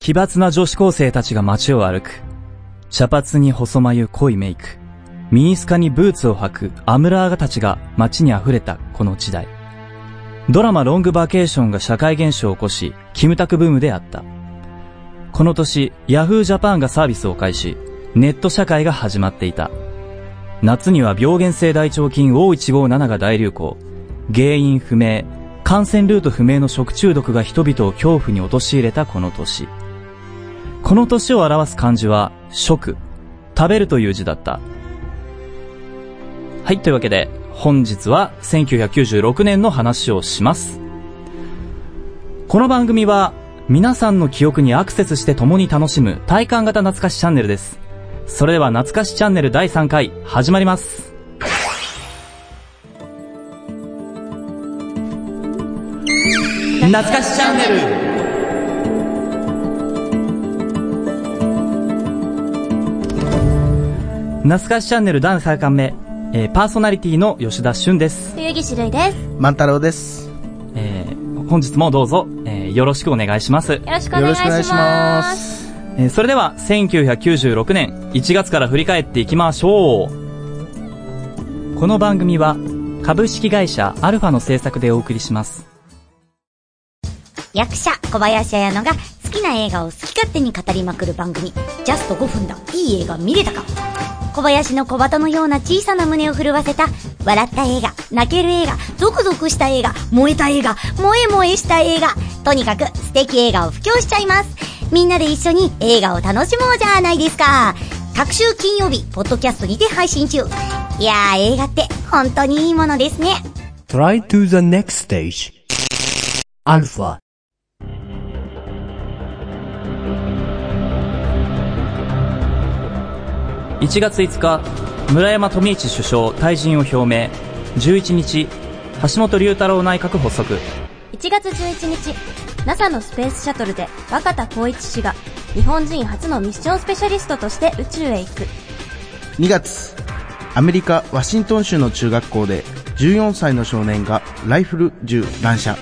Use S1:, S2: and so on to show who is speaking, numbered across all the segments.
S1: 奇抜な女子高生たちが街を歩く。茶髪に細眉濃いメイク。ミニスカにブーツを履くアムラーガたちが街に溢れたこの時代。ドラマロングバケーションが社会現象を起こし、キムタクブームであった。この年、ヤフージャパンがサービスを開始、ネット社会が始まっていた。夏には病原性大腸菌 O157 が大流行。原因不明、感染ルート不明の食中毒が人々を恐怖に陥れたこの年。この年を表す漢字は、食、食べるという字だった。はい、というわけで、本日は1996年の話をします。この番組は、皆さんの記憶にアクセスして共に楽しむ体感型懐かしチャンネルです。それでは懐かしチャンネル第3回、始まります。懐かしチャンネル懐かしチャンネル第3巻目、えーパーソナリティの吉田俊です。
S2: 冬木種類です。
S3: 万太郎です。
S1: えー本日もどうぞ、えーよろしくお願いします。
S2: よろしくお願
S3: よろ
S2: い
S3: し
S2: し
S3: くお願いし
S2: ま。
S3: ますす。
S1: えーそれでは、1996年1月から振り返っていきましょう。この番組は、株式会社アルファの制作でお送りします。
S2: 役者、小林彩乃が好きな映画を好き勝手に語りまくる番組。ジャスト5分だ。いい映画見れたか小林の小鳩のような小さな胸を震わせた、笑った映画、泣ける映画、ゾクゾクした映画、燃えた映画、萌え萌えした映画。とにかく素敵映画を布教しちゃいます。みんなで一緒に映画を楽しもうじゃないですか。各週金曜日、ポッドキャストにて配信中。いやー、映画って本当にいいものですね。
S4: Try to the next stage. Alpha.
S1: 1月5日、村山富市首相退陣を表明。11日、橋本龍太郎内閣発足。
S5: 1月11日 NASA のスペースシャトルで若田光一氏が日本人初のミッションスペシャリストとして宇宙へ行く
S3: 2月、アメリカ・ワシントン州の中学校で、14歳の少年がライフル銃乱射。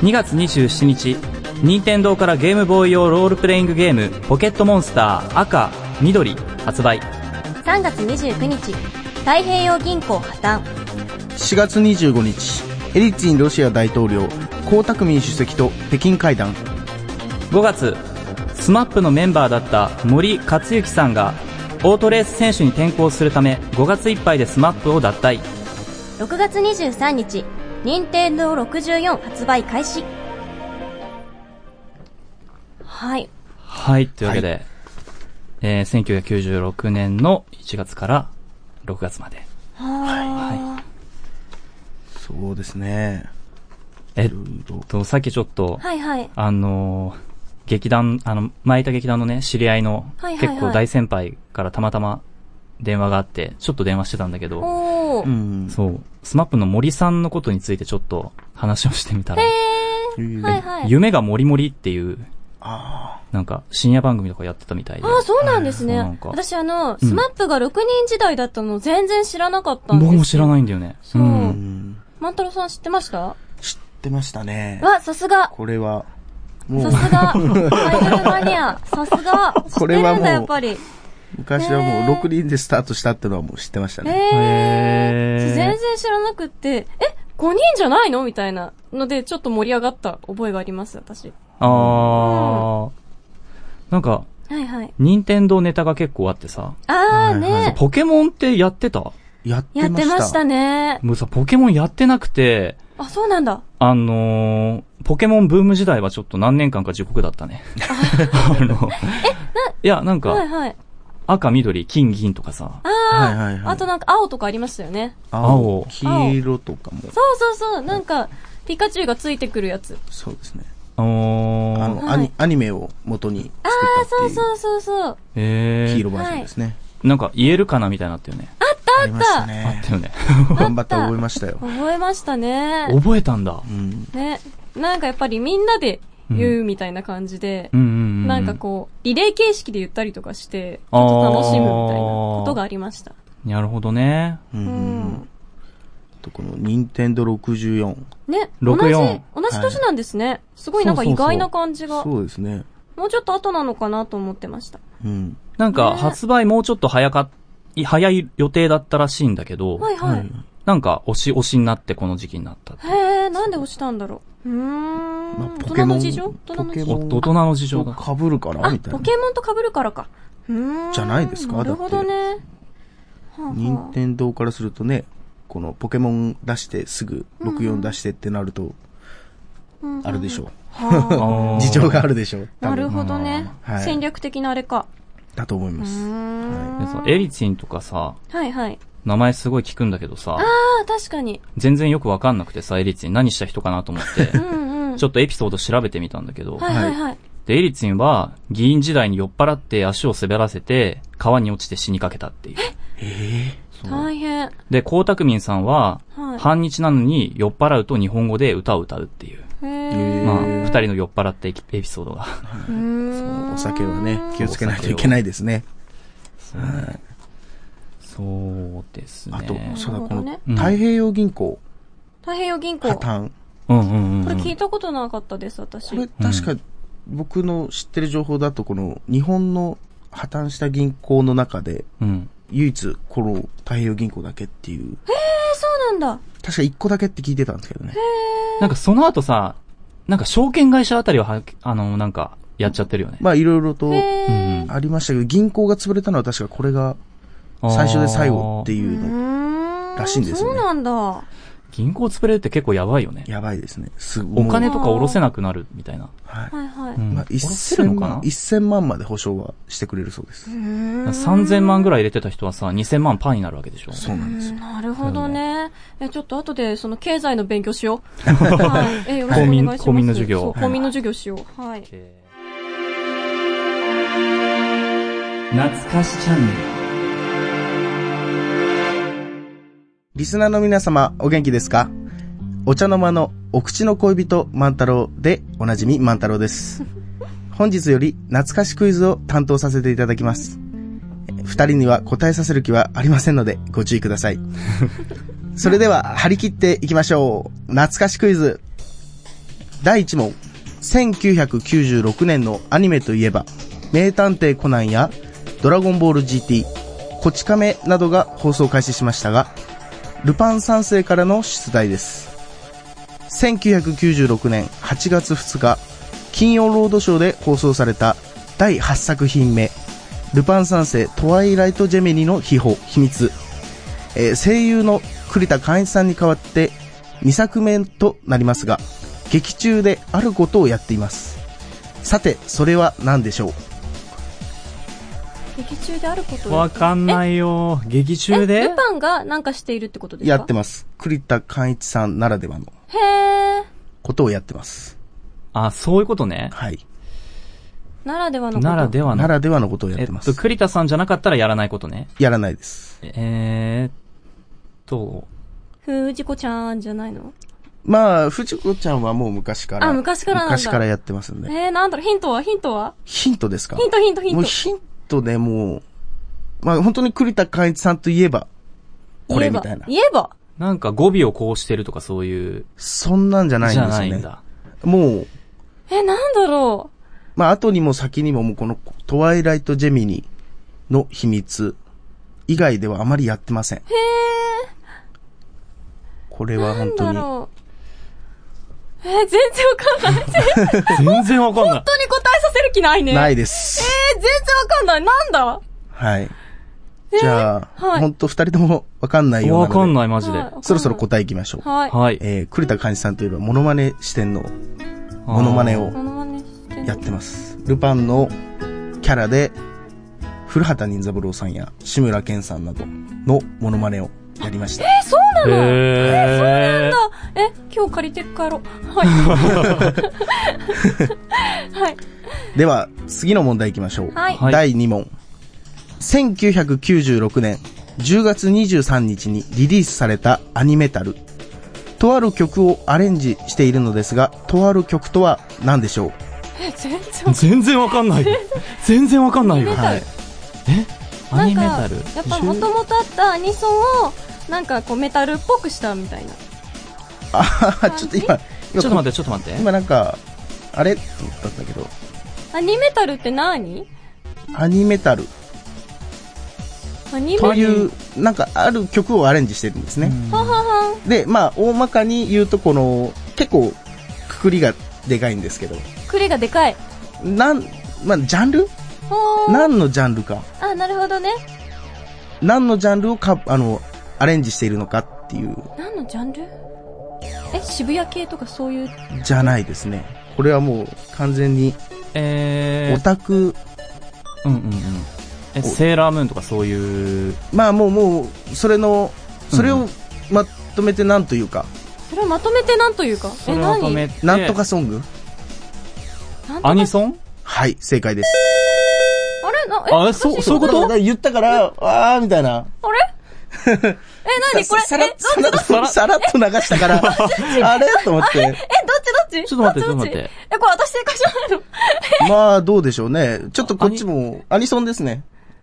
S1: 2月27日、任天堂からゲームボーイ用ロールプレイングゲーム、ポケットモンスター赤、緑、発売。
S5: 3月29日太平洋銀行破綻
S3: 4月25日、エリツィンロシア大統領、江沢民主席と北京会談。
S1: 5月、スマップのメンバーだった森克行さんが、オートレース選手に転向するため、5月いっぱいでスマップを脱退。
S5: 6月23日任天堂64発売開始はい
S1: はい、というわけで、えー、1996年の1月から6月まで。は
S3: そうですね。
S1: い。えっ
S3: いろいろ
S1: と、さっきちょっと、
S5: はいはい
S1: あのー劇団、あの、前いた劇団のね、知り合いの
S5: はい、はいはい
S1: 結構大先輩からたまたま電話があって、ちょっと電話してたんだけど、
S5: おお、
S3: うん。
S1: そう、スマップの森さんのことについてちょっと話をしてみたら、
S5: えー、はいはい
S1: 夢がもりもりっていう、
S3: あ
S1: なんか深夜番組とかやってたみたいで
S5: あ。あ、そうなんです
S1: そうなん
S5: ね。
S1: か
S5: 私あの、
S1: うん
S5: スマップが6人時代だったの全然知らなかったんです
S1: 僕も知ら
S5: い。
S1: ないんだよね。。
S5: そう
S3: あ。うんん。
S5: 万太郎さん知ってました
S3: 知ってましたね。
S5: わ、さすが。
S3: これは、も
S5: さ
S3: う、
S5: すが。ファイナルマニア。さすが。知って
S3: これは
S5: る
S3: も
S5: ん
S3: う
S5: だ、やっぱり。
S3: 昔はもう6人でスタートしたってのはもう知ってました
S5: え
S3: ね。
S5: ー。
S1: へー
S5: 全然知らなくって、え、5人じゃないのみたいな。ので、ちょっと盛り上がった覚えがあります、私。
S1: あー。なんか、
S5: はいはい。
S1: 任天堂ネタが結構あってさ、
S5: あー
S3: はいは
S5: ね。
S1: ポケモンってやってた
S3: やってま
S5: やっ
S3: した。
S5: てましたね。
S1: もうさ、ポケモンやってなくて、
S5: あ、そうなんだ。
S1: あのー、ポケモンブーム時代はちょっと何年間か地獄だ ったね。あの、いや、なん
S5: はい
S1: か、
S5: はい。
S1: 赤、緑、金、銀とかさ、
S3: はい
S5: あ
S3: はい
S5: ー。
S3: はい
S5: あとなんか、青とかありましたよね。
S1: 青
S3: 青、黄色とかも。
S5: そうそうそう。なんか、ピカチュウがついてくるやつ。
S3: そうですね。
S1: あの
S3: あ
S1: ー、
S3: の、
S5: はい
S3: アニアニメを元に作
S5: そう
S3: ったっ
S5: そうそうそう。
S3: て
S1: え
S3: いう黄
S1: ー
S3: 色、バージョンですね。
S1: なんか言えるかなみたいになったよね。
S3: ありました
S1: あっ
S3: ね。
S1: たよね。
S3: 頑張って覚えましたよ。
S5: 覚えましたね。
S1: 覚えたんだ。
S3: うん。
S5: ね、なんかやっぱりみんなで言うみたいな感じで、
S1: うんうんうんうん。
S5: なんかこう、リレー形式で言ったりとかして、ちょっと楽しむみたいなことがありました。
S1: なるほどね。
S3: う。
S5: うんん。
S3: あとこの、ニンテンド64。
S5: ね、同じ、
S1: 64
S5: 同じ年なんですね。すごいなん
S1: そ
S5: か
S1: うそ
S5: 意
S1: うそう
S5: 外な感じが。
S3: そうですね。
S5: もうちょっと後なのかなと思ってました。
S3: うん。
S1: なんか
S5: ね
S1: 発売もうちょっと早かっ、い早い予定だったらしいんだけど、
S5: はいはい。
S1: なんか押し押しになってこの時期になった。
S5: へえ、なんで押したんだろう。うー
S3: まあ
S5: ん。
S3: ポケ
S5: 大人
S3: モン
S5: の事情大人の
S3: ポ
S5: 事
S3: ケモ
S5: 情
S1: お
S3: ン
S1: 大人の事情が。
S3: かぶるかな
S5: あ
S3: み、たい
S5: ポ
S3: な。
S5: ケモンと被るからか。うーん。
S3: じゃないですか
S5: なるほどね。はあはあ
S3: 任天堂からするとね、このポケモン出してすぐ64出してってなると、
S5: うんうん
S3: あるでしょ
S5: は
S1: あー
S3: う。事情があるでしょう。
S5: あ
S3: 多
S5: な
S3: 分
S5: るほどね
S3: は。い
S5: 戦略的なあれか。
S3: だと思いま
S5: うー
S3: す。
S5: ん。
S1: でさエリツィンとかさ、
S5: はいはい。
S1: 名前すごい聞くんだけどさ、
S5: ああ、確かに。
S1: 全然よくわかんなくてさ、エリツィン何した人かなと思って
S5: う、ん うん。
S1: ちょっとエピソード調べてみたんだけど、
S5: はいはいはい。
S1: で、エリツィンは議員時代に酔っ払って足を滑らせて、川に落ちて死にかけたっていう。そう
S5: 大変。
S1: で、江沢民さんは、
S5: はい
S1: 反日なのに酔っ払うと日本語で歌を歌うっていう。
S5: へえ。
S1: まあ、二人の酔っ払ったエピエピソードが。
S5: うーん
S3: お酒はね、気をつけないといけないですね。
S1: そうですね。
S3: あと、そうだ、
S5: なるほ
S3: こ
S5: ど
S3: の
S5: ね
S3: 太平洋銀行
S5: 太平洋銀行。
S3: 破
S5: こ
S3: 綻。
S1: うんうんうん。
S5: れ聞いたことなかったです、私。
S3: これ確か僕の知ってる情報だと、この日本の破綻した銀行の中で、
S1: うん。
S3: 唯一この太平洋銀行だけっていう、
S5: そうなんだ。
S3: 確か一個だけって聞いてたんですけどね。
S1: なんかその後さ、なんか証券会社あたりはは、あの、なんか、やっちゃってるよね。
S3: まあいろいろと
S5: へ
S1: うん
S5: え。
S1: うん
S3: ありましたけど、銀行が潰れたのは確かこれが最初で最後って
S1: あー
S3: いう
S5: う
S3: の、
S5: ーん。
S3: らしいんですよ
S5: そ
S3: ね
S5: うなんだ。
S1: 銀行潰れるって結構やばいよね。
S3: やばいですね。すご
S1: お
S3: い。
S1: 金とか下ろせなくなるみたいな。
S3: はい。
S5: はいはい。
S1: うん
S3: まあ、
S1: 下ろせる
S3: 1000
S1: のか
S3: 万
S1: な、
S3: 1000万まで保証はしてくれるそうです。
S1: ?3000 万ぐらい入れてた人はさ、2000万パンになるわけでしょ。
S3: そうなんですよ。
S5: なるほどね。え、ちょっと後で、その経済の勉強しよ う。はい。え、よろしくお願いします。
S1: 公民公民の授業
S5: そう
S1: はい
S5: 公民の授業しよう。はい。
S1: 懐かしチャンネル。
S3: リスナーの皆様、お元気ですかお茶の間のお口の恋人万太郎でおなじみ万太郎です。本日より懐かしクイズを担当させていただきます。え二人には答えさせる気はありませんのでご注意ください。それでは張り切っていきましょう。懐かしクイズ。第1問。1996年のアニメといえば、名探偵コナンやドラゴンボール GT、コチカメなどが放送開始しましたが、ルパン三世からの出題です。1996年8月2日、金曜ロードショーで放送された第8作品目、ルパン三世トワイライトジェミニの秘宝、秘密。えー声優の栗田寛一さんに代わって2作目となりますが、劇中であることをやっています。さて、それは何でしょう
S5: 劇中であること
S1: わかんないよ。劇中
S5: え
S1: で
S5: ルパンがなんかしているってことですか
S3: やって
S5: ま
S3: ます。栗田寛一さんならではの
S5: す。へー。
S3: ことをやってます。
S1: あ、そういうことね。
S3: はい。
S5: ならではのこと。
S1: ならでは
S3: な
S1: の。
S3: らではのことをや
S1: え
S3: っ
S1: って
S3: ます。
S1: と、栗田さんじゃなかったらやらないことね。
S3: やらないです。
S1: えーっと、
S5: 藤子ちゃんじゃないの
S3: まあ、藤子ちゃんはもう昔から。
S5: あ昔からなんだ
S3: 昔からやってますんで。
S5: えー、なんだろう、ヒントはヒントは
S3: ヒントですか
S5: ヒントヒントヒン
S3: もう
S5: ト。
S3: ヒントでもう、まあ本当に栗田寛一さんといえば、これみたいな。
S5: 言えば。
S1: なんか語尾をこうしてるとかそういう、
S3: そんなんじゃない
S1: じ
S3: ん
S1: ゃ
S3: です
S1: な
S3: よ
S1: いん
S3: ね。
S1: だ。
S3: もう、
S5: 言えばえ、なんだろ
S3: まあ後にも先にももうこのトワイライトジェミニの秘密以外ではあまりやってません。へー。これは
S5: う。な
S3: 本
S5: ん
S3: 当
S5: だ
S3: に。
S5: ろう。えー、全然わかんない。本
S1: 全然わかんない。
S5: 当に答えさせる気ないね。。
S3: ないいです。
S5: えー、全然わかんない。なんだ
S3: はい。じゃあ、
S5: はい
S3: ほんと二人ともわかんないような
S1: わ
S3: ので。
S1: かんない、マジで。
S5: はい
S3: そろそろ答えいきましょう。
S5: はい。
S1: はい。
S3: えー、栗田寛一さんといえば、モノマネ四天王、モノマネを
S5: モノマネしてんの
S3: やってます。ルパンのキャラで、古畑任三郎さんや志村けんさんなどのモノマネをやりました。
S1: へえ。
S5: え、今日借りて帰ろう。はい。はい。
S3: では、次の問題いきま しょう。
S5: はい
S1: はい
S3: 第2問。1996年10月23日にリリースされたアニメタル。とある曲をアレンジしているのですが、とある曲とは何でしょう
S5: え、全然
S1: 全然わかん ない。全然わかんないよ。
S3: はい。
S1: ア
S5: な
S1: ニ
S5: ん
S1: メ
S5: か、
S1: タル。
S5: やっぱ元々あったアニソンを、なんかこうメタルっぽくしたみたいな。
S3: あははちょっと今、
S1: ちょっと
S3: 今
S1: 待って、ちょっと待って。
S3: 今なんか、あれって言ったんだけど、
S5: アニメタルって何
S3: アニメタル
S5: アニメタ
S3: と
S5: ル
S3: いう、なんかある曲をアレンジしてるんですね。
S5: ははは
S3: で、まあ、大まかに言うと、この、結構、くくりがでかいんですけど、
S5: クレがでかい。
S3: なん、まあ、ジャンル
S5: ほー。
S3: 何のジャンルか。
S5: あ、なるほどね。
S3: 何のジャンルをか、あの、アレンジしているのかっていう、
S5: 何のジャンルえ、渋谷系とかそういう。
S3: じゃないですね。これはもう、完全に、
S1: え
S3: オタク、
S1: ー、うんうんうん。え、セーラームーンとかそういう、
S3: まあ、もう、もう、それの、それ
S1: う
S3: をまとめてなんというか、
S5: それをまとめて何というか。
S1: そ
S5: え、
S1: れをまとめ
S5: 何
S1: て、
S3: なんとかソング
S5: なんと
S1: アニ
S5: ン。
S1: ソン
S3: はい、正解です。
S5: あれな、え、
S1: あ、そう、そういうこ
S3: だ
S1: と
S3: から言ったから、あーみたいな。
S5: あれ え、何これ
S3: さらっ
S5: え、どっちどっち
S3: さらさらっと流したから、 あれと思って。
S5: え、どっちどっち
S1: ちょっと待って
S5: ど
S1: ちょっと待って
S5: え、これ私正解じゃないの
S3: まあ、どうでしょうね。ちょっとこっちも、アニソンですね。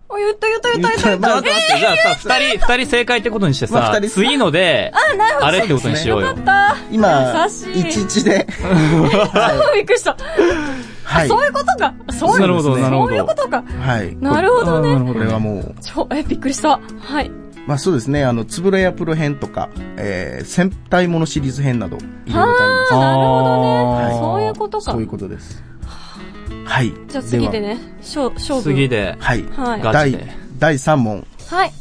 S5: あ、言った言った言った言った言っ
S1: じゃあ、待
S5: た。
S1: って、じゃあさ、二人、二人正解ってことにして
S3: まあ
S1: さ
S3: 二、人
S1: 次ので、
S5: あ、なるほど。
S1: あれってことにしようよ。
S5: あ
S3: 今、
S5: 優しい
S3: 11で。
S5: ーびっくりした。
S3: はい。
S5: そういうことか。そうい
S1: な
S5: う
S1: るほど、なるほ
S5: そういう
S1: ど
S5: こ。とか。
S3: はい。
S5: なるほど
S1: あーな
S5: ね。
S1: るほ
S3: こ
S1: ど
S3: れはもう、
S5: ちょ、え、びっくりした。はい。
S3: まあそうですね、あの、つぶらやプロ編とか、えー、戦隊ものシリーズ編など、いろいろとあ
S5: あー、なるほどね。
S1: あー
S5: そういうこ
S3: りま
S5: と
S3: す。
S5: か
S3: そうい。うことです。はい。
S5: じゃあ次で
S3: は。
S5: ね、勝勝負。
S1: 次。で、
S3: はい。
S5: はい。
S1: ガチで
S3: 第、第3問。
S5: はい。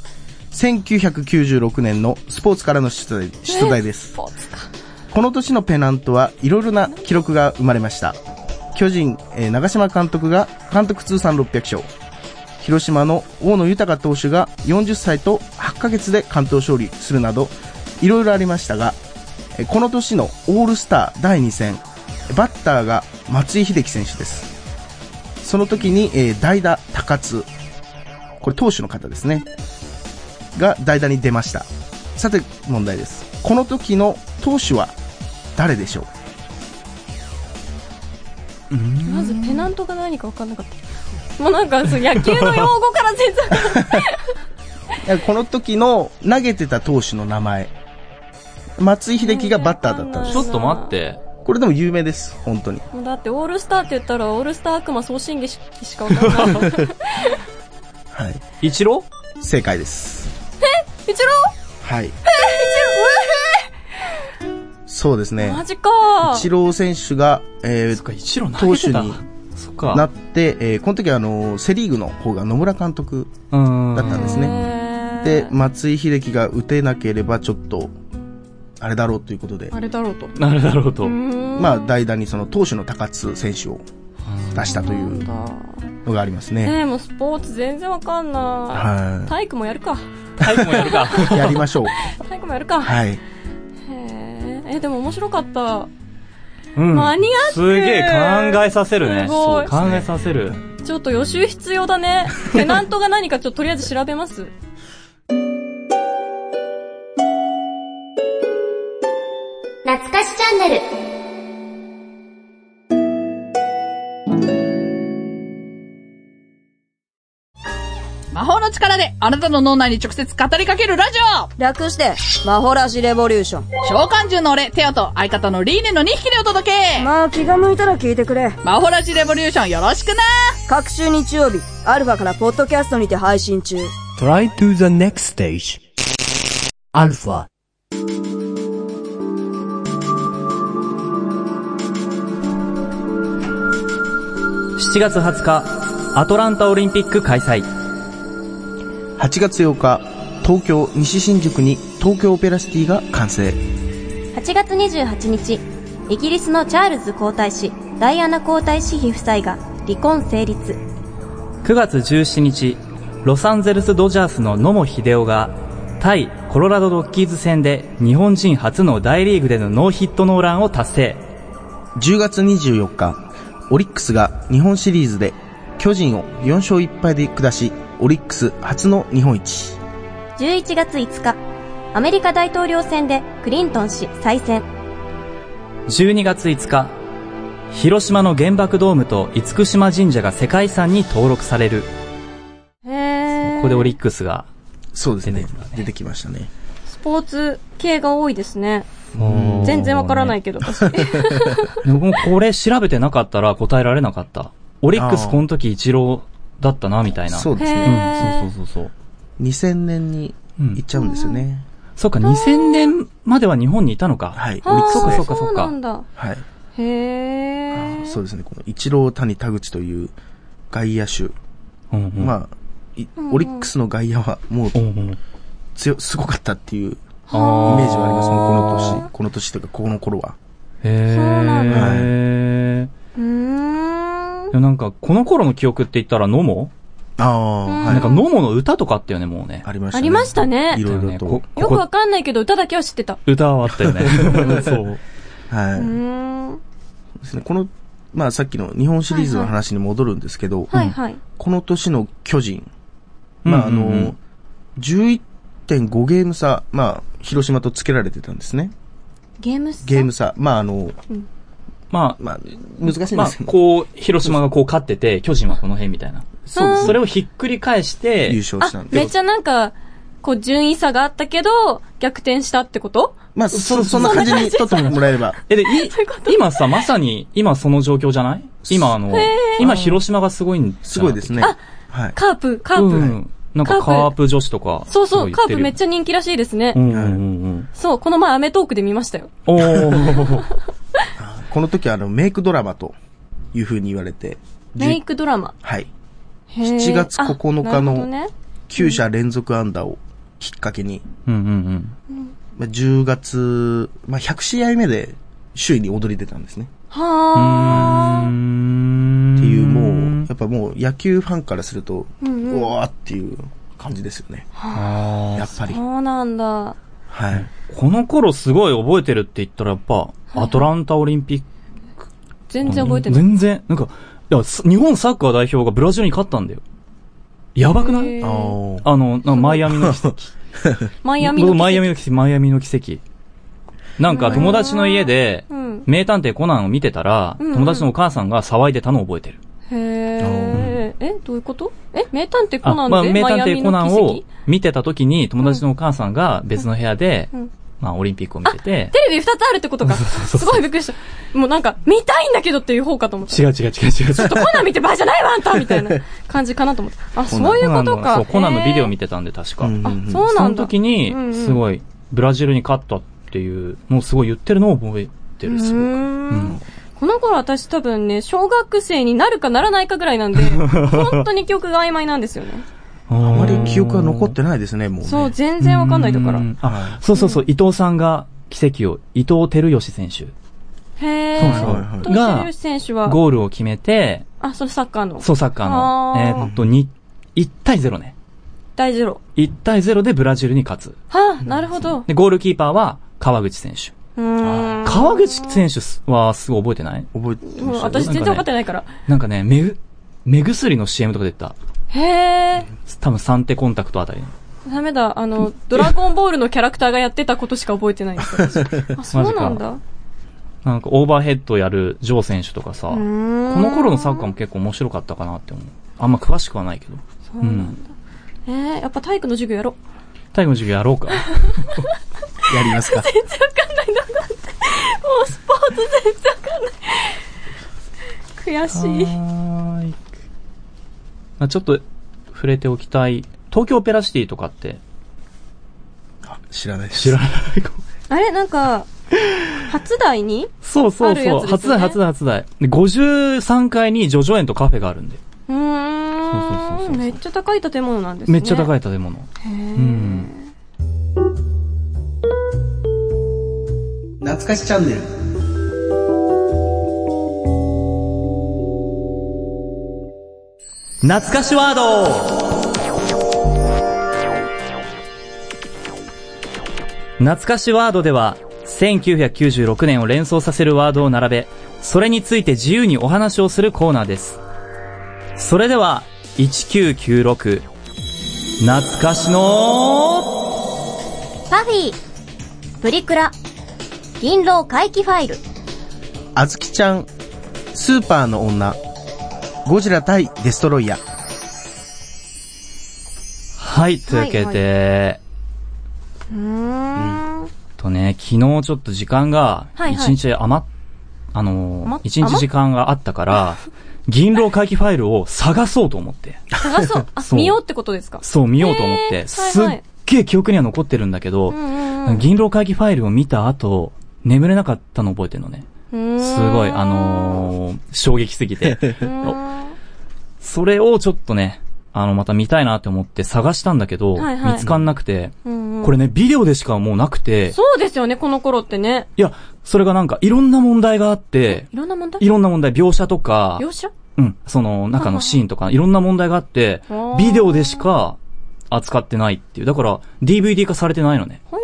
S3: 1996年のスポーツからの出題、出題です
S5: ス。ポーツか。
S3: この年のペナントはいろいろな記録が生まれました。巨人、えー長嶋監督が監督通算600勝。広島の大野豊投手が40歳と8ヶ月で関東勝利するなど、いろいろありましたが、えーこの年のオールスター第2戦、バッターが松井秀喜選手です。その時に、えー代打高津、これ投手の方ですね、が代打に出ました。さて、問題です。この時の投手は誰でしょう
S5: まずペナントが何か分かんなかった。もうなんか、そう野球の用語から全然。
S3: えこの時の投げてた投手の名前。松井秀喜がバッターだったんで
S1: ちょっと待って。
S3: す。これでも有名です、本当に。
S5: もうだってオールスターって言ったら、オールスター悪魔送信儀しか分かんない。
S3: はい。
S1: 一郎
S3: 正解です。
S5: 一郎
S3: はい。そうですね。
S5: マジか
S3: 一郎選手が、え
S1: そっ
S3: ー、
S1: か、一郎投手
S3: 投手
S1: に
S3: に。
S1: そっか。
S3: なって、えーこの時はあのーセリーグの方が野村監督
S1: うーん。
S3: だったんですね。
S5: ね
S3: で、松井秀喜が打てなければちょっと、あれだろうということで
S5: あ、れだろうと。う
S1: なるだろうと。
S5: ーん。
S3: まあ、代打にその投手の高津選手を出したとい
S5: なん
S3: う
S5: だ。
S3: のがありますね。
S5: ねえ、もうスポーツ全然分かんな。
S3: はい
S5: 体育もやるか。
S1: はい、もうやる か。
S3: い。やりま しょう。
S5: 体育もやるか。
S3: はい。
S5: へえ。え、でも面白かった。
S1: うん。
S5: マニアック
S1: すげえ考えさせるね。
S5: すごい
S1: 考えさせる。
S5: ちょっと予習必要 だね。ペナントが何かちょっととりあえず調べます。
S2: 懐かしチャンネル。
S6: 魔法の力であなたの脳内に直接語りかけるラジ
S7: 略して、魔法らしレボリューション。
S6: オ召喚獣の俺、テオと相方のリーネの2匹でお届け
S7: まあ気が向いたら聞いてくれ。
S6: 魔法ラジレボリューションよろしくな
S7: 各週日曜日、アルファからポッドキャストにて配信中。
S4: Try to the next stage. Alpha.
S1: 7月20日、アトランタオリンピック開催。
S3: 8月8日、東京西新宿に東京オペラシティが完成。
S5: 8月28日、イギリスのチャールズ皇太子、ダイアナ皇太子妃夫妻が離婚成立。
S1: 9月17日、ロサンゼルスドジャースの野茂英雄が、対コロラドロッキーズ戦で日本人初の大リーグでのノーヒットノーランを達成。
S3: 10月24日、オリックスが日本シリーズで巨人を4勝1敗で下し、オリックス初の日本一。
S5: 11月5日、アメリカ大統領選でクリントン氏再選。
S1: 12月5日、広島の原爆ドームと厳島神社が世界遺産に登録される。
S5: へ
S1: ここでオリックスが。
S3: そうです
S1: 出て
S3: ね
S1: きまし。
S3: 出てきましたね。
S5: スポーツ系が多いですね。
S1: もう
S5: 全然わからないけど。私
S1: でもこれ調べてなかったら答えられなかった。オリックスこの時一郎だったな、みたいな。
S3: そう
S1: う。
S3: です
S5: へ
S3: ね。
S5: ー
S1: ん、そうそうそうそう。
S3: 2000年に
S1: うん
S3: 行っちゃうんですよね。
S1: そうか、2000年までは日本にいたのか。
S3: はい。
S5: あー
S3: オリックス
S1: そうか
S3: で
S1: そうか
S5: そうなんだ。
S3: はい。
S5: へえ。
S3: そうですね。この一郎谷田口という外野手。
S1: うんうん。
S3: まあ、いオリックスの外野はもう
S1: うんうん。イメージ
S3: 強、すごかったっていうイメ
S1: は
S3: ージはありますね。この
S1: 年。
S3: 年。この年というか、この頃は。
S1: へ
S5: そうなん
S3: だ
S1: え。
S5: うーん
S1: で。もなんか、この頃の記憶って言ったら、ノモ
S3: ああ、は
S1: ないん。か、ノモの歌とかあったよね、もうね。
S3: ありましたね。
S5: ありましたね
S3: いろいろ
S1: だよ
S3: と
S1: ね。こ
S5: よくわ
S1: ここ
S5: かんないけど、歌だけは知ってた。
S1: 歌はあったよね。そう。
S3: は
S5: うー
S3: い。
S5: ん。
S3: ですね。この、まあさっきの日本シリーズの話に戻るんですけど、
S5: はいはい。
S3: この年の巨人、まああ
S1: うんうんうん
S3: の、11.5ゲーム差、まあ広島とつけられてたんですね。
S5: ゲームス
S3: ゲーム差。まああの、
S1: まあ、
S3: まあ難しいんですけど、
S1: まあ、こう、広島がこう勝ってて、巨人はこの辺みたいな。
S3: そうですね
S1: それをひっくり返して、
S3: 優勝し
S5: あ
S3: たん、で。
S5: めっちゃなんか、こう、順位差があったけど、逆転したってこと
S3: まあそ、そんな感じに取ってもらえれば。
S1: え、で、い
S5: そういうこと、
S1: 今さ、まさに、今その状況じゃない今あの、今広島がすごいん
S3: すごいです
S1: ね。
S3: ね。はい。
S5: カープ、カ
S1: う
S5: ープ。
S1: ん。なんかカープ女子とか。
S5: そうそう、カープめっ
S1: ゃ。
S5: ちゃ人気らしいですね。
S1: うんうんうんうん。
S5: そう、この前アメトークで見ましたよ。
S1: お ー。
S3: この時はあの、メイクドラマという風に言われて、じゅ
S5: メイクドラマ。
S3: はい。
S5: へー
S3: 7月9日の
S5: あなるほどね
S3: 9者連続安打をきっかけに、
S1: うんうん
S3: まあ、10月、まあ、100試合目で首位に躍り出たんですね。
S5: は
S1: う
S5: ー
S1: ん。
S3: っていう、もう、やっぱもう野球ファンからすると、う
S5: うんうん
S3: わーっていう感じですよね。
S1: あ
S3: や
S1: ー
S3: っぱり。
S5: そうなんだ。
S3: はい。
S1: この頃すごい覚えてるって言ったらやっぱ、アトランタオリンピック。
S5: 全然覚えてない。
S1: 全然、なんか、いや、す日本サッカー代表がブラジルに勝ったんだよ。やばくない
S5: へ
S3: あー
S5: ー
S1: あの、なんかマイアミの奇跡。
S5: マイアミの
S1: 僕
S5: 奇跡。
S1: マイアミの奇跡、マイアミの奇跡。なんか友達の家で、
S5: うん。
S1: 名探偵コナンを見てたら、
S5: んうん
S1: 友達のお母さんが騒いでたのを覚えてる。
S5: へえ。え、どういうことえ、名探偵コナン
S1: まあ、
S5: で
S1: 名
S5: マ
S1: 探
S5: イアミ
S1: 偵コナ
S5: の
S1: ンを
S5: 奇跡
S1: 見てた時に友達のお母さんが別の部屋で、
S5: ん
S1: まあオリンピックを見てて
S5: テ、レビ二つあるってことか。すごいびっくりした。もうなんか、見たいんだけどっていう方かと思った。
S1: 違う違う違う違う。
S5: ちょっとコナン見て場合じゃないわ、あんたみ たいな感じかなと思った。あ、そういうことか。
S1: そう、コナンのビデオ見
S5: て。
S1: てたんで確か。
S3: うん
S5: あ、
S3: う
S5: そう
S1: そ
S5: なん
S1: の
S5: だ。
S1: 時に
S5: うんう、ん
S1: すごい、ブラジルに勝ったっていうのをすごい言ってるのを覚えてる、すご
S5: う
S1: く。
S5: ーんこの頃私多分ね、小学生になるかならないかぐら いなんで、本当に記憶が曖昧なんですよね。
S1: あ
S3: あまり記憶が残ってないですね、もう、ね。
S5: そう、全然わかんないだから。
S1: あ、そうそうそう、伊藤さんが奇跡を、伊藤輝義選手、
S5: へぇ
S1: そう
S3: そう
S5: ー。トシル選手は、
S1: ゴールを決めて、
S5: あ、それサッカーの。
S1: そう、サッカーの
S5: あ、ー
S1: えーっと、に1対0ね。
S5: 大二郎。
S1: 1対0でブラジルに勝つ。
S5: はあ、なるほど。う
S1: で、ゴールキーパーは川口選手。
S5: ーん。
S1: 川口選手はすごい覚えてない
S3: 覚えて
S5: もう
S3: ま
S5: 私
S3: し
S5: 全然わかってないから。
S1: なんかね、目ぐ、目薬の CM とか出てた。
S5: へ
S1: 多分サンテコンタクトあたりの。
S5: ー。ダメだ。あの、ドラゴンボールのキャラクターがやってたことしか覚えてないです。 私あ、そうなんだ。
S1: なんかオーバーヘッドやるジョー選手とかさ、こ
S5: ーん
S1: の頃のサッカーも結構面白かったかなって思う。あんま詳しくはないけど。
S5: そうなんだ。えー、やっぱ体育の授業やろう。
S1: 体育の授業やろうか。
S3: ない。やります か。
S5: もうスポーツ全然わかんない。悔しい。
S1: はい。まあちょっと触れておきたい。東京オペラシティとかって
S3: 知らないです。
S1: 知らない。
S5: あれなんか、初代に
S1: そうそ
S5: あ
S1: う
S5: るや
S1: そう。
S5: つですよ
S1: 初代、
S5: ね
S1: 初代、初代。で、53階にジョジョ園とカフェがあるんで。
S5: うーん
S1: そうそうそうそう
S5: めっちゃ高い建物なんですね。
S1: めっちゃ高
S5: い。
S1: い建物。
S5: へー
S1: うん。
S3: 懐かしチャンネル。
S1: 懐かしワード懐かしワードでは、1996年を連想させるワードを並べ、それについて自由にお話をするコーナーです。それでは、1996、懐かしの
S2: パフィー、プリクラ、銀狼回帰ファイル、
S3: あずきちゃん、スーパーの女、ゴジラ対デストロイヤー。
S1: はい、というわけで、
S5: うーん。
S1: とね、昨日ちょっと時間が、
S5: はいはい
S1: 一日余っ、あの
S5: 余っ
S1: ー、一日時間があったから、銀狼会議ファイルを探そうと思って。
S5: 探そう。あ、
S1: そう
S5: 見ようってことですか
S1: そう見ようと思っ
S5: へ
S1: て、
S5: ー
S1: す
S5: はいはい
S1: っげえ記憶には残ってるんだけど、
S5: うんうんうん
S1: 銀狼会議ファイルを見た後、眠れなかったの覚えてるのね。
S5: うーん
S1: すごい、あのー、衝撃すぎ て。それをちょっとね、あの、また見たいなって思って探したんだけど、
S5: はいはい
S1: 見つかんなくて、
S5: うんうん
S1: これね、ビデオでしかもうなくて、
S5: そうですよね、この頃ってね。
S1: いや、それがなんかいろんな問題があって、
S5: いろんな問題
S1: いろんな問題、描写とか、
S5: 描写
S1: うん、その中のシーンとか、いろんな問題があって
S5: あー、
S1: ビデオでしか扱ってないっていう。だから、DVD 化されてないのね。
S5: ほよ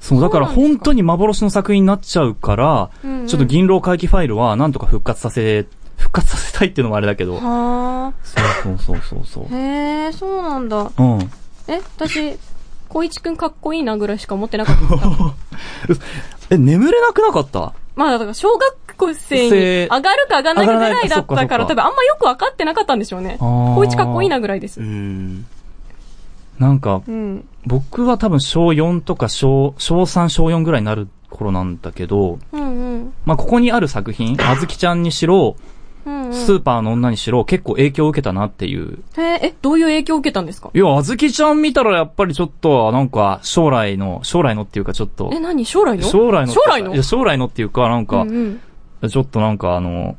S1: そう、だから
S5: そうなんですか
S1: 本当に幻の作品になっちゃうから、
S5: うんうん
S1: ちょっと銀狼回帰ファイルはなんとか復活させ、復活させたいっていうのもあれだけど。
S5: ー。は
S1: そうそうそうそう
S5: ー。へー、そうなんだ。
S1: そう。うん。
S5: え、私、光一くんかっこいいなぐらいしか思ってなか った。
S1: え、眠れなくなかった
S5: まあ、だから小学生に
S1: せ
S5: 上がるか上がらないかぐらいだっ
S1: 上が
S5: たか
S1: ないかそっ
S5: ら
S1: かそっか
S5: ら、多分あんまよく分かってなかったんでしょうね。
S1: あー
S5: 光一かっこいいなぐらいで
S3: う
S5: す。
S3: ん。
S1: なんか
S5: う、ん。
S1: 僕は多分小4とか小、小3小4ぐらいになる頃なんだけど、
S5: うんうん。
S1: まあ、ここにある作 品、あずきちゃんにしろ、
S5: うんうん。
S1: スーパーの女にしろ、結構影響を受けたなっていう。
S5: へーえ、どういう影響を受けたんですか
S1: いや、あずきちゃん見たらやっぱりちょっと、なんか、将来の、将来のっていうかちょっと
S5: え、、何将来の
S1: 将来のっていう
S5: 将
S1: か、
S5: 来の
S1: いや、将来のっていうか、なんか
S5: うん、うん
S1: ちょっとなんかあの、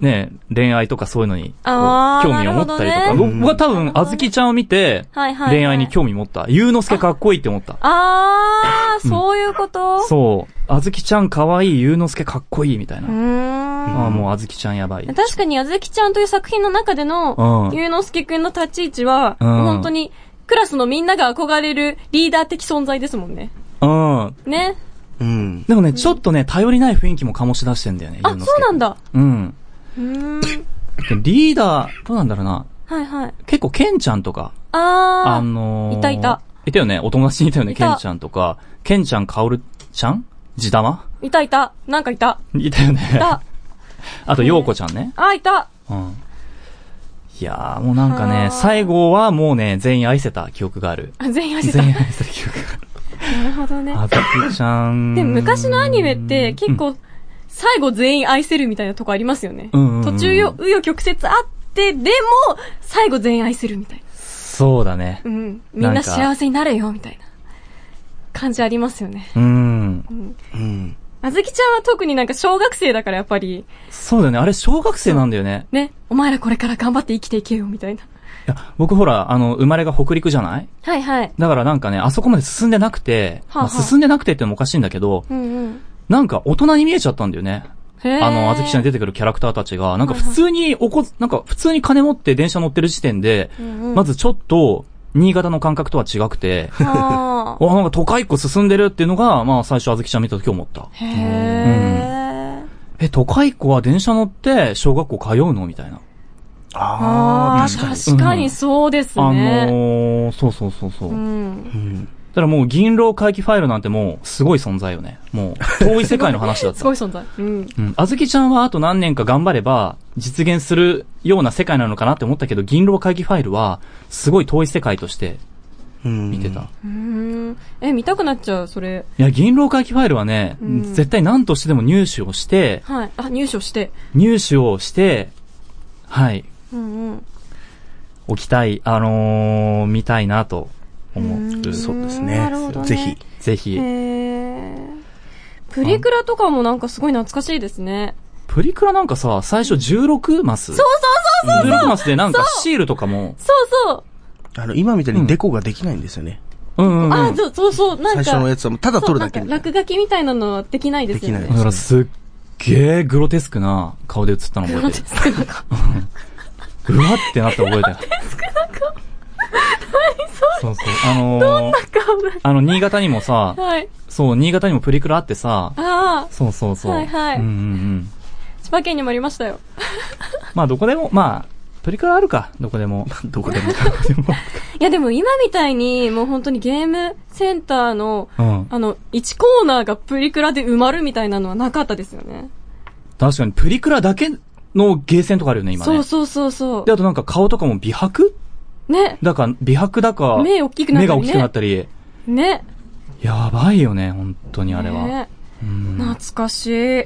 S1: ね恋愛とかそういうのに、こう
S5: あー
S1: 興味を持ったりと
S5: な
S1: か。
S5: る
S3: ほどね
S1: 僕は多分、あずきちゃんを見て、
S5: はいはいはい。
S1: 恋愛に興味持った。ゆうのすけかっこいいって思った。
S5: あー、そういうことう。
S1: そう。あずきちゃんかわいい、ゆうのすけかっこいいみたいう
S5: ー
S1: な。
S5: ん。
S1: ああ、もうあずきちゃんやばい。
S5: 確かに、あずきちゃんという作品の中で
S1: うん
S5: の、ゆうのすけくんの立ち位置は、
S1: うん
S5: 本当に、クラスのみんなが憧れるリーダー的存在ですもんね。
S1: うん。
S5: ね。
S3: うん。
S1: でもね、ちょっとね、頼りない雰囲気も醸し出してんだよね、
S5: あ、
S1: ゆ
S5: そう
S1: のすけ
S5: なん。だ。
S1: うん。
S5: うーん。
S1: でリーダー、どうなんだろうな。
S5: はいはい。
S1: 結構、ケンちゃんとか、あ
S5: あー。
S1: のー、
S5: いたいた。
S1: いたよね、お友達にいたよね、
S5: いた
S1: ケンちゃんとか、ケンちゃん、カオルちゃん地玉
S5: いたいた。なんかいた。
S1: いたよね。
S5: いた。
S1: あと、ヨーコちゃんね。
S5: あ、いた。
S1: うん。いやー、もうなんかね
S5: あ、ー
S1: 最後はもうね、全員愛せた記憶がある。
S5: あ全員愛せた。
S1: 全員
S5: な
S1: 愛せた記憶が
S5: るほどね。
S1: ある。あずきちゃん。
S5: で、昔のアニメって結構、最後全員愛せるみたいなとこありますよね。
S1: うんうんうん
S5: 途中よ、紆余曲折あって、でも、最後全員愛せるみたいな。
S1: そうだね
S5: う。ん。みん
S1: なん
S5: な
S1: か
S5: 幸せになれよ、みたいな感じありますよね。
S1: うん。
S3: うん。
S5: あずきちゃんは特になんか小学生だからやっぱり、
S1: そうだよね。あれ、小学生なんだよね。
S5: ね、お前らこれから頑張って生きていけよ、みたいな。
S1: いや、僕ほら、あの、生まれが北陸じゃない
S5: はいはい。
S1: だからなんかね、あそこまで進んでなくて、
S5: はあはあ
S1: まあ進んでなくてってのもおかしいんだけど、
S5: うんうん。
S1: なんか大人に見えちゃったんだよね。
S5: へえ。
S1: あの、あずきちゃんに出てくるキャラクターたちが、なんか普通におこ、なんか普通に金持って電車乗ってる時点で、まずちょっと、新潟の感覚とは違く て、
S5: あ
S1: わ、なんか都会っ子進んでるっていうのが、まあ最初あずきちゃん見た時思った。
S5: ー。へー。
S1: え、都会っ子は電車乗って小学校通うのみたいな。
S3: あ
S5: あ
S3: あ、
S5: ー
S3: 確かに。
S5: 確かにそうです
S1: あ
S5: ね。
S1: のー、そうそうそうそう。
S5: う
S1: だ
S5: ん。
S1: からもう銀狼回帰ファイルなんてもうすごい存在よね。もう遠い世界の話だっ
S5: す
S1: た
S5: ご。い存在。うん。
S1: うん。あずきちゃんはあと何年か頑張れば、実現するような世界なのかなって思ったけど、銀狼会議ファイルは、すごい遠い世界として見
S3: 見
S1: てた。。いう
S5: ーん。え、見たくなっちゃう、それ。
S1: や、銀狼会議ファイルはね、
S5: うん
S1: 絶対何としてでも入手をして、
S5: はい。あ、入手して。
S1: 入手をして、はい、
S5: うんうん。
S1: 置きたい、あのー、見たいなと思う。
S3: そうです
S5: な
S3: ね
S5: るほど。ね
S3: ぜひ。
S1: ぜひ
S5: へ、ー。プリクラとかもなんかすごい懐かしいですね。
S1: プリクラなんかさ、最初16マスそうそうそうそう !16 マスでなんかシールとかも、
S5: そうそう。
S3: あの、今みたいにデコができないんですよね。
S1: うんうん、うん。
S5: あ、そうそうそう。なん
S3: 最
S5: か。
S3: 初のやつは、ただ撮るだけ
S5: そう
S3: み
S5: な
S3: た
S5: ん
S3: い
S5: か
S3: な。
S5: 落書きみたいなのはできないですよ
S3: でき
S5: ね
S3: な。
S1: だからすっげーグロテスクな顔で映ったの覚えてる。
S5: 少なかった
S1: うわってなった覚えてる。そうそう。あのー、あの、新潟にもさ、
S5: はい。
S1: そう、新潟にもプリクラあってさ、
S5: ああ、
S1: そうそうそう。
S5: はいはい
S1: うんうんうん。
S5: 千葉県にもありましたよ。
S1: まあ、どこでも、まあ、プリクラあるか、どこでも。
S3: どこで も。
S5: いやでも今みたいに、もう本当にゲームセンターの、
S1: うん。
S5: あの、1コーナーがプリクラで埋まるみたいなのはなかったですよね。
S1: 確かに、プリクラだけのゲーセンとかあるよね、今ね。
S5: そうそうそうそ
S1: で、あとなんか顔とかも美白
S5: う。ね。
S1: だか、美白だか、
S5: 目大きくなった
S1: 目
S5: りね
S1: が大きくなったり。
S5: ね。
S1: やばいよね、本当にあれは。
S5: ね
S1: うん
S5: 懐かしい。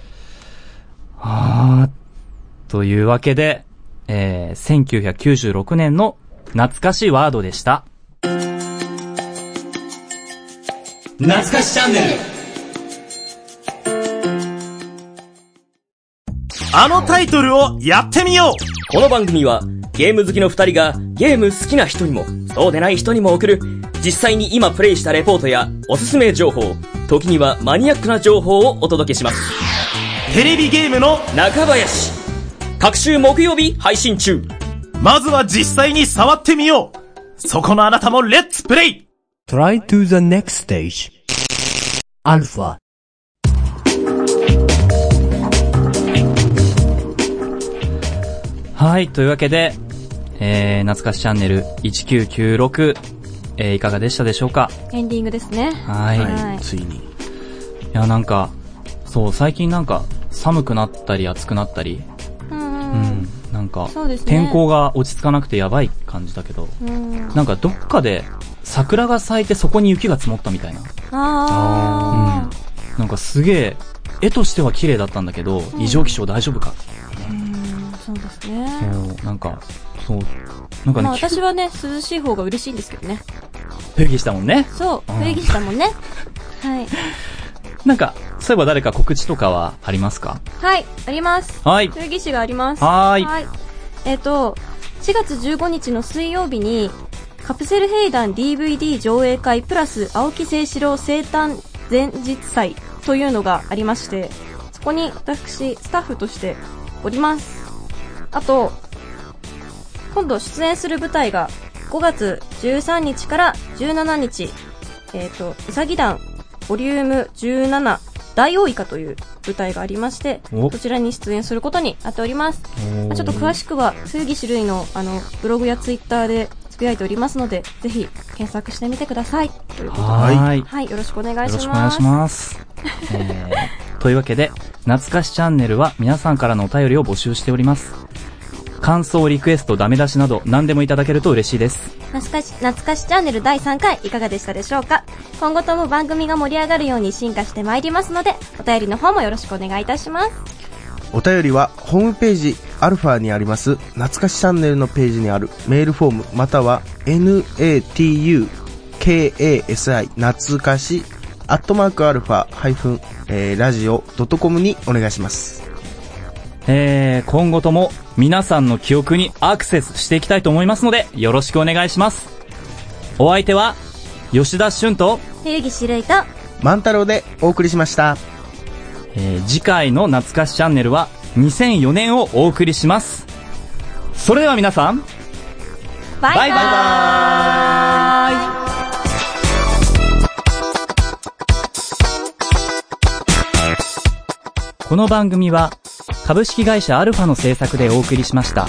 S1: あーっというわけで、えー、1996年の懐かしいワードでした。
S4: 懐かしチャンネル
S8: あのタイトルをやってみよう
S9: この番組はゲーム好きの二人がゲーム好きな人にもそうでない人にも送る実際に今プレイしたレポートやおすすめ情報時にはマニアックな情報をお届けします
S8: テレビゲームの
S9: 中林各週木曜日配信中
S8: まずは実際に触ってみようそこのあなたもレッツプレイ
S4: Try to the next stage. Alpha.
S1: はい、というわけで、えー、懐かしチャンネル1996、えー、いかがでしたでしょうか
S5: エンディングですね。
S1: はい。い
S5: はい
S3: ついに。
S1: や、なんか、そう、最近なんか、寒くなったり暑くなったり、
S5: うん
S1: う
S5: うんん。、
S1: なんか、
S5: そうですね
S1: 天候が落ち着かなくてやばい感じだけど、
S5: うん。
S1: なんかどっかで桜が咲いてそこに雪が積もったみたいな。
S5: あ
S1: なんかすげえ、絵としては綺麗だったんだけど、異常気象大丈夫か
S5: ー。うん、そうですね。
S1: そう、なんか、そう、なんかね
S5: まあ、
S1: 聞く
S5: 私はね、涼しい方が嬉しいんですけどね。
S1: 雰囲気したもんね。
S5: そう、
S1: うん
S5: 雰囲気したも んね。はい。
S1: なんか、そういえば誰か告知とかはありますか
S5: はい、あります。
S1: はい。
S5: 古着市があります。
S1: はーい
S5: えっ、と、4月15日の水曜日に、カプセル兵団 DVD 上映会プラス青木清志郎生誕前日祭というのがありまして、そこに私、スタッフとしております。あと、今度出演する舞台が5月13日から17日、えっ、と、うさぎ団ボリューム17大王イカという舞台がありまして、
S1: お
S5: こちらに出演することになっております。まあちょっと詳
S1: い。
S5: しくは、鈴木種類の、あの、ブログやツイッターでつぶやいておりますので、ぜひ、検索してみてください。ということで
S1: はーい。よ
S5: はい、よろしくお願いし
S1: ろ
S5: ます。
S1: しくお願いします。えー、というわけで、懐かしチャンネルは皆さんからのお便りを募集しております。感想、リクエスト、ダメ出しなど何でもいただけると嬉しいです。
S5: 懐かし、懐かしチャンネル第3回いかがでしたでしょうか今後とも番組が盛り上がるように進化してまいりますので、お便りの方もよろしくお願いいたします。
S3: お便りはホームページアルファにあります懐かしチャンネルのページにあるメールフォームまたは natuKasi 懐かしアットマークアルファハイフンラジオドットコムにお願いします。
S1: えー、今後とも皆さんの記憶にアクセスしていきたいと思いますので、よろしくお願いします。お相手は、吉田俊と、
S5: ゆうぎしるいと、
S3: 万太郎でお送りしました。
S1: えー次回の懐かしチャンネルは2004年をお送りします。それでは皆さん、
S5: バイバ
S1: バ
S5: イ
S1: イバイこの番組は株式会社アルファの制作でお送りしました。